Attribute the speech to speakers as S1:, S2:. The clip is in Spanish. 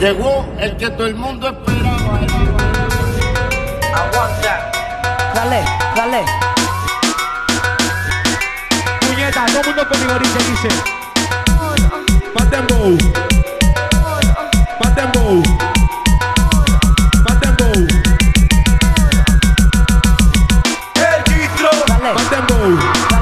S1: Llegó el que todo el mundo esperaba.
S2: Dale, dale.
S3: Puñeta, todo el mundo conmigo ahorita dice. Patembo. Patembo. Patembo. Patembo.